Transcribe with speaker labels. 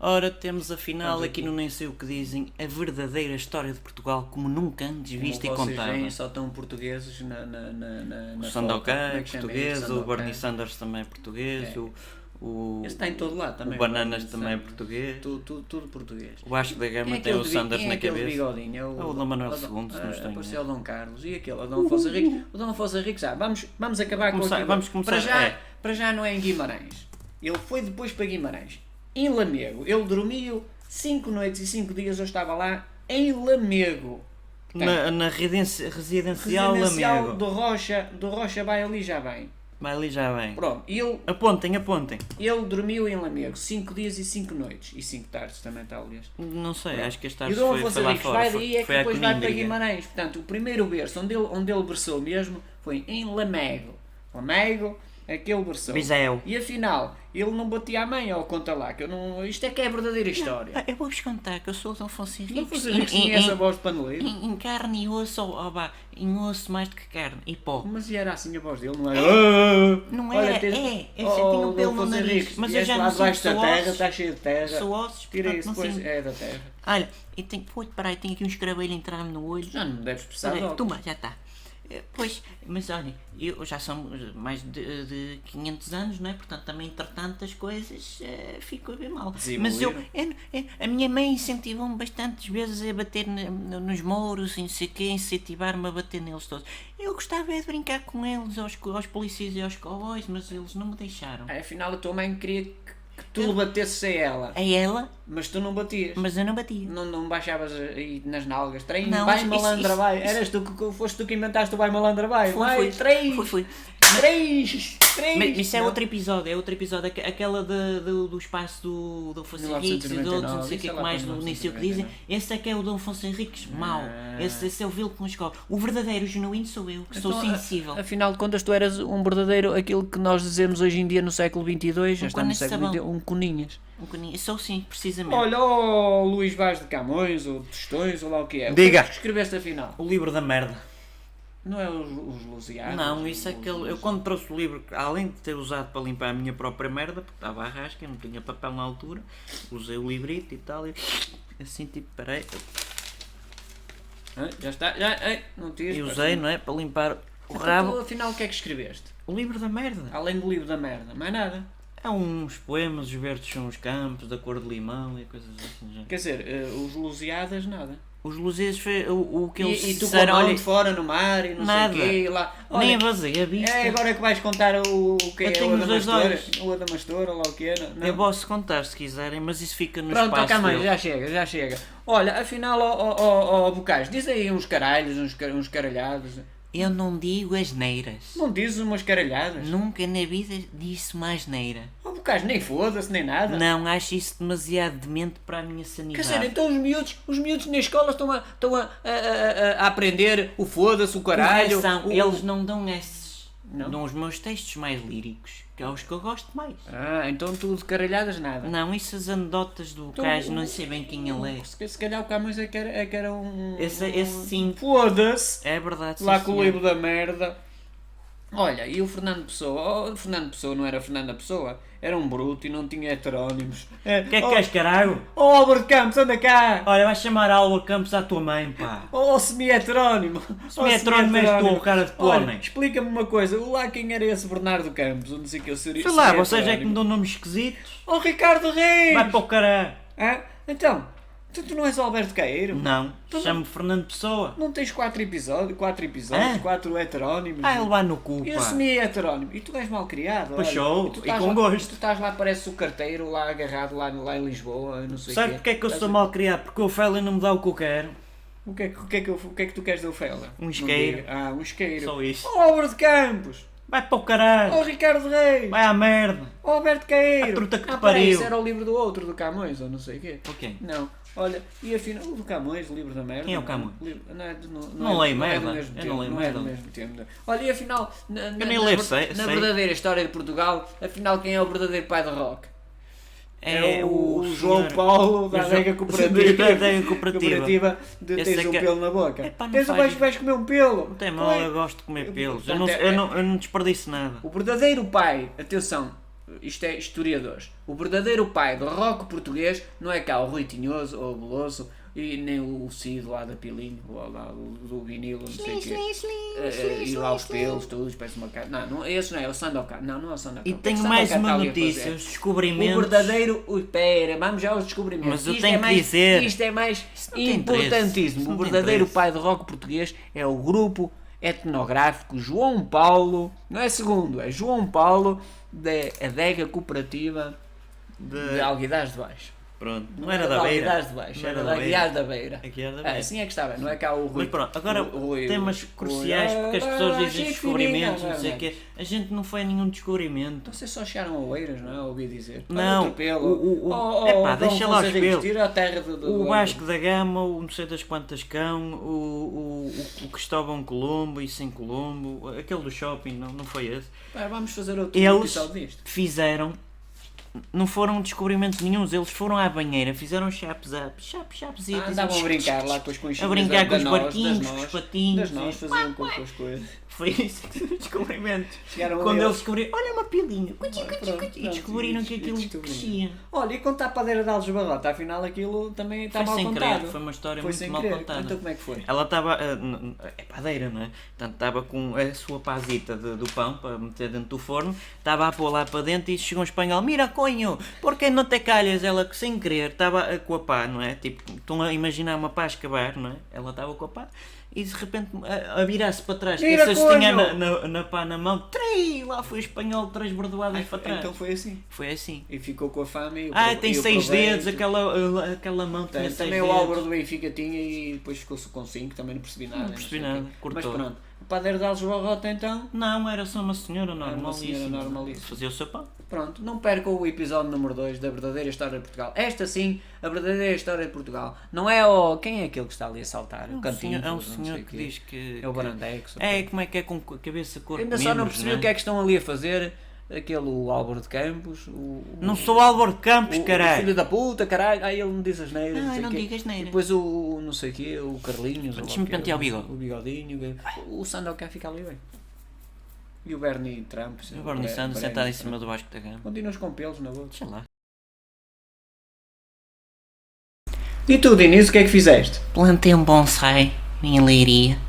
Speaker 1: Ora, temos afinal aqui
Speaker 2: então.
Speaker 1: no Nem Sei O Que Dizem a verdadeira história de Portugal como nunca antes vista e
Speaker 2: Como vocês
Speaker 1: contada.
Speaker 2: veem, só estão portugueses na. na, na, na
Speaker 1: O
Speaker 2: na
Speaker 1: Sandokan
Speaker 2: foto. Como
Speaker 1: é
Speaker 2: que chama
Speaker 1: português,
Speaker 2: isso?
Speaker 1: o
Speaker 2: Sandokan.
Speaker 1: Bernie Sanders também é português,
Speaker 2: É.
Speaker 1: o, o,
Speaker 2: Esse está em todo lado também.
Speaker 1: o Bananas
Speaker 2: Bernie
Speaker 1: também é
Speaker 2: Sanders.
Speaker 1: português,
Speaker 2: Tudo, tudo, tudo português.
Speaker 1: o Vasco da Gama tem
Speaker 2: Quem é aquele
Speaker 1: o
Speaker 2: bi-
Speaker 1: Sanders
Speaker 2: quem é
Speaker 1: na
Speaker 2: aquele
Speaker 1: cabeça.
Speaker 2: bigodinho? É o,
Speaker 1: É o Dom Manuel
Speaker 2: Dom-
Speaker 1: II, se não
Speaker 2: ah,
Speaker 1: estou em
Speaker 2: Apareceu o Dom Carlos e aquele, o Dom Afonso Henriques. O Dom Afonso Henriques, ah, vamos, vamos acabar
Speaker 1: Vamos
Speaker 2: com
Speaker 1: começar-
Speaker 2: aquilo.
Speaker 1: vamos começar-
Speaker 2: para já,
Speaker 1: é.
Speaker 2: para já não é em Guimarães. Ele foi depois para Guimarães. Em Lamego. Ele dormiu 5 noites e 5 dias. Eu estava lá em Lamego.
Speaker 1: Na, na redenci- residencial,
Speaker 2: Residencial
Speaker 1: Lamego.
Speaker 2: do Rocha, do Rocha vai ali já bem.
Speaker 1: Vai ali já bem.
Speaker 2: Pronto, ele,
Speaker 1: Apontem, apontem.
Speaker 2: ele dormiu em Lamego 5 dias e 5 noites. E 5 tardes também, talvez.
Speaker 1: Não sei, acho que esta
Speaker 2: E
Speaker 1: tarde
Speaker 2: o Dom
Speaker 1: foi, foi
Speaker 2: Afonso
Speaker 1: lá
Speaker 2: Henriques vai
Speaker 1: fora.
Speaker 2: daí
Speaker 1: Foi,
Speaker 2: é que
Speaker 1: foi à
Speaker 2: depois vai para
Speaker 1: Coimbra.
Speaker 2: Guimarães. Portanto, o primeiro berço onde ele, onde ele berçou mesmo foi em Lamego. Lamego é que ele berçou.
Speaker 1: Viseu.
Speaker 2: E afinal, ele não batia a mãe ao conta lá, que eu não... Isto é que é a verdadeira história.
Speaker 1: Ah, Eu vou-vos contar que eu sou o Dom Afonso Henriques.
Speaker 2: Não fosse rico
Speaker 1: em-
Speaker 2: tinha
Speaker 1: em-
Speaker 2: essa voz de paneleiro.
Speaker 1: Em, em carne e osso, ou, ou vá, em osso mais do que carne, e pó.
Speaker 2: Mas era assim a voz dele, não era? "Ah,
Speaker 1: Não
Speaker 2: olha,
Speaker 1: era,
Speaker 2: tens-
Speaker 1: é, é
Speaker 2: Oh,
Speaker 1: sentindo um
Speaker 2: Dom
Speaker 1: pelo no
Speaker 2: Afonso
Speaker 1: nariz,
Speaker 2: Henriques,
Speaker 1: mas eu
Speaker 2: vieste
Speaker 1: já
Speaker 2: lá
Speaker 1: não
Speaker 2: debaixo
Speaker 1: sinto
Speaker 2: da
Speaker 1: sou
Speaker 2: terra,
Speaker 1: ossos.
Speaker 2: está cheio de terra.
Speaker 1: Sou ossos,
Speaker 2: Tira
Speaker 1: portanto,
Speaker 2: isso,
Speaker 1: não
Speaker 2: pois,
Speaker 1: sinto.
Speaker 2: é da terra.
Speaker 1: Olha, eu tenho, vou parar, tenho aqui um escravelho a entrar-me no olho.
Speaker 2: Já não me deves precisar de
Speaker 1: Olha,
Speaker 2: óculos.
Speaker 1: Né? Toma, já está. Eh, Pois, mas olha, eu já são mais de, de 500 anos, não é? Portanto, também, entretanto, as coisas eh, ficam bem mal. Mas eu, eu- eu- a minha mãe incentivou-me bastantes vezes a bater na- no- nos mouros e não sei o quê, incentivar-me a bater neles todos. Eu gostava é de brincar com eles, aos, co- aos polícias e aos cowboys, mas eles não me deixaram.
Speaker 2: Ah, Afinal, a tua mãe queria que, que tu lhe batesses a ela,
Speaker 1: A ela,
Speaker 2: mas tu não batias.
Speaker 1: mas eu não batia.
Speaker 2: Não, não baixavas aí nas nalgas. Trem,
Speaker 1: Não,
Speaker 2: vai
Speaker 1: isso-
Speaker 2: malandra,
Speaker 1: isso-
Speaker 2: vai.
Speaker 1: isso-
Speaker 2: Eras tu que- que foste tu que inventaste o vai malandra, vai.
Speaker 1: Foi,
Speaker 2: vai,
Speaker 1: foi,
Speaker 2: três.
Speaker 1: foi, foi.
Speaker 2: Três. Três.
Speaker 1: Mas isso é
Speaker 2: Não.
Speaker 1: outro episódio, é outro episódio, aqu- aquela de- do, do espaço do Dom Afonso Henriques e dos outros, não
Speaker 2: 1999,
Speaker 1: sei o que é
Speaker 2: isso é
Speaker 1: que
Speaker 2: lá
Speaker 1: mais,
Speaker 2: para
Speaker 1: não- nem sei o que dizem. Esse é que é o Dom Afonso Henriques mau,
Speaker 2: Ah.
Speaker 1: esse, esse é o vil que nos cobre. O verdadeiro, o genuíno sou eu, que sou
Speaker 2: Então, a-
Speaker 1: sensível.
Speaker 2: Afinal de contas, tu eras um verdadeiro, aquilo que nós dizemos hoje em dia no século XXII, já está
Speaker 1: coninho
Speaker 2: no
Speaker 1: de
Speaker 2: século
Speaker 1: sabão.
Speaker 2: XXI, um coninhas.
Speaker 1: Um bocadinho- sou sim, precisamente.
Speaker 2: Olha, ó Luís Vaz de Camões, ou Tostões, ou lá o que é.
Speaker 1: Diga.
Speaker 2: O que é que escreveste afinal?
Speaker 1: O livro da merda.
Speaker 2: Não é os, os Lusíadas?
Speaker 1: Não, isso é
Speaker 2: os-
Speaker 1: aquele. Eu quando trouxe o livro, além de ter usado para limpar a minha própria merda, porque estava à rasca, eu não tinha papel na altura, usei o librito e tal, e assim tipo, peraí,
Speaker 2: Ah, Já está, já, ai, não tires.
Speaker 1: e
Speaker 2: pois.
Speaker 1: usei, não é? Para limpar o
Speaker 2: Então,
Speaker 1: rabo.
Speaker 2: tu, afinal, o que é que escreveste?
Speaker 1: O livro da merda.
Speaker 2: Além do livro da merda, mais nada.
Speaker 1: Há É uns poemas, os verdes são os campos, da cor de limão e coisas assim. do género.
Speaker 2: Quer dizer, eh, os Lusíadas, nada.
Speaker 1: Os Lusíadas foi o, o que eles
Speaker 2: E, e tu com a
Speaker 1: disseram,
Speaker 2: mão
Speaker 1: olha,
Speaker 2: de fora no mar e não
Speaker 1: nada.
Speaker 2: sei o quê, e lá.
Speaker 1: nem
Speaker 2: Olha,
Speaker 1: avasei a vista.
Speaker 2: é agora que vais contar o, o que
Speaker 1: Eu
Speaker 2: é
Speaker 1: tenho
Speaker 2: o
Speaker 1: os dois olhos.
Speaker 2: Adamastor, o Adamastor, ou lá o que é, não? não?
Speaker 1: Eu posso contar se quiserem, mas isso fica no
Speaker 2: Pronto,
Speaker 1: espaço
Speaker 2: ok, mãe,
Speaker 1: dele.
Speaker 2: já chega, já chega. Olha, afinal, ó oh, Bocais, diz aí uns caralhos, uns, car- uns caralhados.
Speaker 1: Eu não digo asneiras.
Speaker 2: Não dizes umas caralhadas?
Speaker 1: Nunca na vida disse uma asneira.
Speaker 2: Ó Bocais, nem foda-se, nem nada.
Speaker 1: Não acho isso demasiado demente para a minha sanidade.
Speaker 2: Ah. Quer dizer, então os miúdos, os miúdos na escola estão a, estão a, a- a- a- a aprender o foda-se, o caralho.
Speaker 1: Correção,
Speaker 2: o-
Speaker 1: Eles não dão esses.
Speaker 2: Não?
Speaker 1: Dão os meus textos mais líricos, que é os que eu gosto mais.
Speaker 2: Ah, então tu de caralhadas nada.
Speaker 1: Não, essas anedotas do Cais,
Speaker 2: o-
Speaker 1: não sei bem quem ele é.
Speaker 2: Se, se calhar o Camões é que era, é que era um.
Speaker 1: Esse, esse sim,
Speaker 2: Foda-se!
Speaker 1: é verdade. sim,
Speaker 2: Lá com o
Speaker 1: senhor.
Speaker 2: livro da merda. Olha, e o Fernando Pessoa? Oh, o Fernando Pessoa não era Fernando Pessoa, era um bruto e não tinha heterónimos. É,
Speaker 1: O que é que
Speaker 2: oh,
Speaker 1: queres, caralho?
Speaker 2: oh, Álvaro Campos, anda cá!
Speaker 1: Olha, vai chamar a aula Campos à tua mãe, pá.
Speaker 2: Oh, oh semi-heterónimo!
Speaker 1: Semi-heterónimo és tu, um cara de né?
Speaker 2: Olha,
Speaker 1: pônei.
Speaker 2: Explica-me uma coisa, lá quem era esse Bernardo Campos? Onde sei que eu seria.
Speaker 1: Sei lá,
Speaker 2: seria
Speaker 1: vocês é que me
Speaker 2: heterónimo.
Speaker 1: dão nomes esquisitos.
Speaker 2: Oh, Ricardo Reis!
Speaker 1: Vai para o caralho.
Speaker 2: Hã? Então, tu, tu não és o Alberto Caeiro?
Speaker 1: Então Não, chamo-me Fernando Pessoa.
Speaker 2: Não tens quatro episódios, quatro episódios,
Speaker 1: Hã?
Speaker 2: quatro heterónimos?
Speaker 1: Ah, ele vai no cu,
Speaker 2: Eu
Speaker 1: pá.
Speaker 2: semi heterónimo. E tu és mal criado.
Speaker 1: Pois
Speaker 2: olha.
Speaker 1: sou, e
Speaker 2: tu estás
Speaker 1: com
Speaker 2: lá-
Speaker 1: gosto.
Speaker 2: Tu estás lá, parece o carteiro lá agarrado lá, lá em Lisboa, não sei o
Speaker 1: Sabe
Speaker 2: quê.
Speaker 1: porque é que eu
Speaker 2: Estás
Speaker 1: sou
Speaker 2: a-
Speaker 1: mal criado? Porque o Félio não me dá o que eu quero.
Speaker 2: O que, é, que- o, que é que eu- o que é que tu queres da Ofela?
Speaker 1: Um isqueiro.
Speaker 2: Não diga. Ah, um isqueiro.
Speaker 1: Só isso.
Speaker 2: Oh, Álvaro de Campos!
Speaker 1: Vai para o caralho.
Speaker 2: Oh, Ricardo Reis!
Speaker 1: Vai à merda.
Speaker 2: Oh, Alberto Caeiro!
Speaker 1: A truta que te
Speaker 2: ah,
Speaker 1: pariu.
Speaker 2: peraí, isso era o livro do outro, do Camões, ou não sei o quê.
Speaker 1: Ok.
Speaker 2: Não. Olha, e afinal, o do Camões, o livro da merda.
Speaker 1: Quem é o
Speaker 2: não
Speaker 1: Camões?
Speaker 2: Livro- Não, é do- não,
Speaker 1: Não
Speaker 2: é,
Speaker 1: leio
Speaker 2: não é do
Speaker 1: merda.
Speaker 2: mesmo
Speaker 1: Eu
Speaker 2: tempo,
Speaker 1: não leio
Speaker 2: é do
Speaker 1: merda.
Speaker 2: mesmo tempo. Olha, e afinal, na, na,
Speaker 1: nem
Speaker 2: na,
Speaker 1: leio,
Speaker 2: ver-
Speaker 1: sei-
Speaker 2: na
Speaker 1: sei.
Speaker 2: verdadeira história de Portugal, afinal, quem é o verdadeiro pai do rock?
Speaker 1: É o
Speaker 2: João
Speaker 1: senhor-
Speaker 2: Paulo
Speaker 1: o
Speaker 2: da
Speaker 1: João-
Speaker 2: Adega
Speaker 1: da
Speaker 2: Cooperativa.
Speaker 1: Adega Cooperativa.
Speaker 2: de
Speaker 1: Esse
Speaker 2: tens
Speaker 1: é
Speaker 2: um
Speaker 1: que é-
Speaker 2: pelo na boca.
Speaker 1: Epá, não
Speaker 2: tens um
Speaker 1: faz-
Speaker 2: vais, vais comer um pelo.
Speaker 1: Não tem
Speaker 2: Não
Speaker 1: mal,
Speaker 2: é?
Speaker 1: eu gosto de comer pelos. Eu não,
Speaker 2: Portanto, é-
Speaker 1: eu não, eu não desperdiço nada.
Speaker 2: O verdadeiro pai, atenção, isto é historiadores, o verdadeiro pai do rock português não é cá o Rui Tinhoso ou o Boloso e nem o Cid lá da Pilinho, ou lá do, do vinilo, não sei o quê. Eh, eh, E lá os pelos, todos, parece uma cara. Não, não, esse não é, é o Sandokan. Não, não é o Sandokan.
Speaker 1: E
Speaker 2: Porque
Speaker 1: tenho
Speaker 2: Sandokan
Speaker 1: mais
Speaker 2: está
Speaker 1: uma
Speaker 2: ali a
Speaker 1: notícia,
Speaker 2: fazer.
Speaker 1: os
Speaker 2: O
Speaker 1: descobrimentos.
Speaker 2: verdadeiro. Ui, pera, vamos já aos descobrimentos.
Speaker 1: Mas eu
Speaker 2: Isto
Speaker 1: tenho
Speaker 2: é
Speaker 1: que
Speaker 2: mais,
Speaker 1: dizer.
Speaker 2: Isto é mais
Speaker 1: não tem interesse. Isto
Speaker 2: importantíssimo.
Speaker 1: não
Speaker 2: O
Speaker 1: tem
Speaker 2: verdadeiro
Speaker 1: interesse.
Speaker 2: pai do rock português é o grupo etnográfico João Paulo. Não é segundo, é João Paulo da Adega Cooperativa de, Alguidaz de Baixo.
Speaker 1: Pronto, não era da
Speaker 2: de
Speaker 1: beira.
Speaker 2: Alguidaz de Baixo,
Speaker 1: Não
Speaker 2: era da Aguiar da Beira.
Speaker 1: Aqui era da
Speaker 2: Ah,
Speaker 1: beira.
Speaker 2: assim é que estava, não é cá o Rui.
Speaker 1: Mas pronto, agora
Speaker 2: o Rui-
Speaker 1: temas
Speaker 2: Rui-
Speaker 1: cruciais porque as
Speaker 2: Ah,
Speaker 1: pessoas dizem
Speaker 2: Chico
Speaker 1: descobrimentos,
Speaker 2: Fininho,
Speaker 1: não sei o quê. A gente não foi a nenhum descobrimento.
Speaker 2: Vocês só chegaram a Oeiras, não é? Ouvi dizer.
Speaker 1: Não,
Speaker 2: Olha, pelo.
Speaker 1: o- o- o-
Speaker 2: Oh, oh,
Speaker 1: epá,
Speaker 2: vão-
Speaker 1: deixa
Speaker 2: vão
Speaker 1: lá
Speaker 2: se
Speaker 1: os pelos.
Speaker 2: divertir à terra do, do
Speaker 1: O
Speaker 2: do-
Speaker 1: Vasco da Gama, o não sei das quantas cão, o, o, o, o Cristóvão Colombo e sem Colombo, aquele do shopping, não, não foi esse.
Speaker 2: Pá, vamos fazer outro
Speaker 1: Eles
Speaker 2: episódio disto. Ah,
Speaker 1: fizeram, não foram descobrimentos nenhuns, eles foram à banheira, fizeram chaps up, chaps, chaps e
Speaker 2: Ah, andavam a brincar lá com os
Speaker 1: a
Speaker 2: conchinhas
Speaker 1: brincar
Speaker 2: da-
Speaker 1: com
Speaker 2: da
Speaker 1: os
Speaker 2: nós,
Speaker 1: barquinhos,
Speaker 2: das
Speaker 1: com os
Speaker 2: nós,
Speaker 1: patinhos.
Speaker 2: Das nós
Speaker 1: e-
Speaker 2: faziam com com as coisas.
Speaker 1: Foi isso que foi o descobrimento.
Speaker 2: Chegaram
Speaker 1: Quando
Speaker 2: eles.
Speaker 1: eles descobriram, olha é uma pilinha, cuti,
Speaker 2: Ora,
Speaker 1: cuti,
Speaker 2: pronto,
Speaker 1: cuti, e
Speaker 2: pronto,
Speaker 1: descobriram
Speaker 2: e
Speaker 1: que
Speaker 2: des- e
Speaker 1: aquilo
Speaker 2: descobriram.
Speaker 1: crescia.
Speaker 2: Olha, e quando está a padeira de Alves Barrota, afinal aquilo também está
Speaker 1: Foi
Speaker 2: mal
Speaker 1: sem
Speaker 2: contado.
Speaker 1: querer, foi uma história
Speaker 2: Foi
Speaker 1: muito
Speaker 2: sem
Speaker 1: mal
Speaker 2: querer.
Speaker 1: contada.
Speaker 2: Então como é que foi?
Speaker 1: Ela estava. ah, n- n- É padeira, não é? Portanto, estava com a sua pazita de- do pão para meter dentro do forno, estava a pôr lá para dentro e chegou um espanhol: Mira, conho, por que não te calhas? Ela, que sem querer, estava ah, com a pá, não é? Tipo, estão a imaginar uma pá a escavar, não é? Ela estava com a pá e de repente a, a virar-se para trás,
Speaker 2: Mira,
Speaker 1: que se tinha na,
Speaker 2: conho!
Speaker 1: na, na pá na mão, trei! Lá foi o espanhol, três bordoadas para trás.
Speaker 2: Então foi assim.
Speaker 1: Foi assim.
Speaker 2: E ficou com a fama e o
Speaker 1: Ah,
Speaker 2: pro-
Speaker 1: tem
Speaker 2: e o
Speaker 1: seis
Speaker 2: proveito.
Speaker 1: dedos, aquela, aquela mão tinha
Speaker 2: Tem,
Speaker 1: seis
Speaker 2: também
Speaker 1: dedos.
Speaker 2: o Álvaro do Benfica tinha e depois ficou-se com 5, também não percebi nada.
Speaker 1: Não percebi
Speaker 2: sei o quê.
Speaker 1: nada, cortou.
Speaker 2: Mas pronto, o Padeiro de Alves Barrota então,
Speaker 1: Não, era só uma senhora
Speaker 2: uma
Speaker 1: normalíssima.
Speaker 2: senhora normalíssima.
Speaker 1: Fazia o seu pão.
Speaker 2: pronto, não percam o episódio número 2 da verdadeira história de Portugal. Esta sim, a verdadeira história de Portugal. Não é o. Quem é aquele que está ali a saltar? o
Speaker 1: Um
Speaker 2: cantinho.
Speaker 1: senhor- é um senhor que diz que.
Speaker 2: É o
Speaker 1: que-
Speaker 2: Barandex. ou
Speaker 1: É, né? como é que é com a cabeça cor de
Speaker 2: Ainda só não
Speaker 1: membros,
Speaker 2: percebi o que é que estão ali a fazer. Aquele o Álvaro de Campos, o, o-
Speaker 1: Não sou Álvaro Campos,
Speaker 2: o- o
Speaker 1: caralho.
Speaker 2: filho da puta, caralho. Aí ele me diz as neiras.
Speaker 1: Ai,
Speaker 2: sei
Speaker 1: não
Speaker 2: quê.
Speaker 1: digas neiras.
Speaker 2: E depois o, o não sei o quê, o Carlinhos. ou lá
Speaker 1: Deixa-me
Speaker 2: o quê,
Speaker 1: pentear o bigode.
Speaker 2: O bigodinho. o- O Sandokan fica ali bem. E o Bernie Trump. sei
Speaker 1: O
Speaker 2: lá,
Speaker 1: Bernie
Speaker 2: Bre-
Speaker 1: Sanders
Speaker 2: Bernie
Speaker 1: sentado em
Speaker 2: Trump.
Speaker 1: cima do Vasco da Gama.
Speaker 2: Continuas com pelos na boca.
Speaker 1: Sei lá.
Speaker 2: E tu, Diniz, o que é que fizeste?
Speaker 1: Plantei um bonsai em leiria.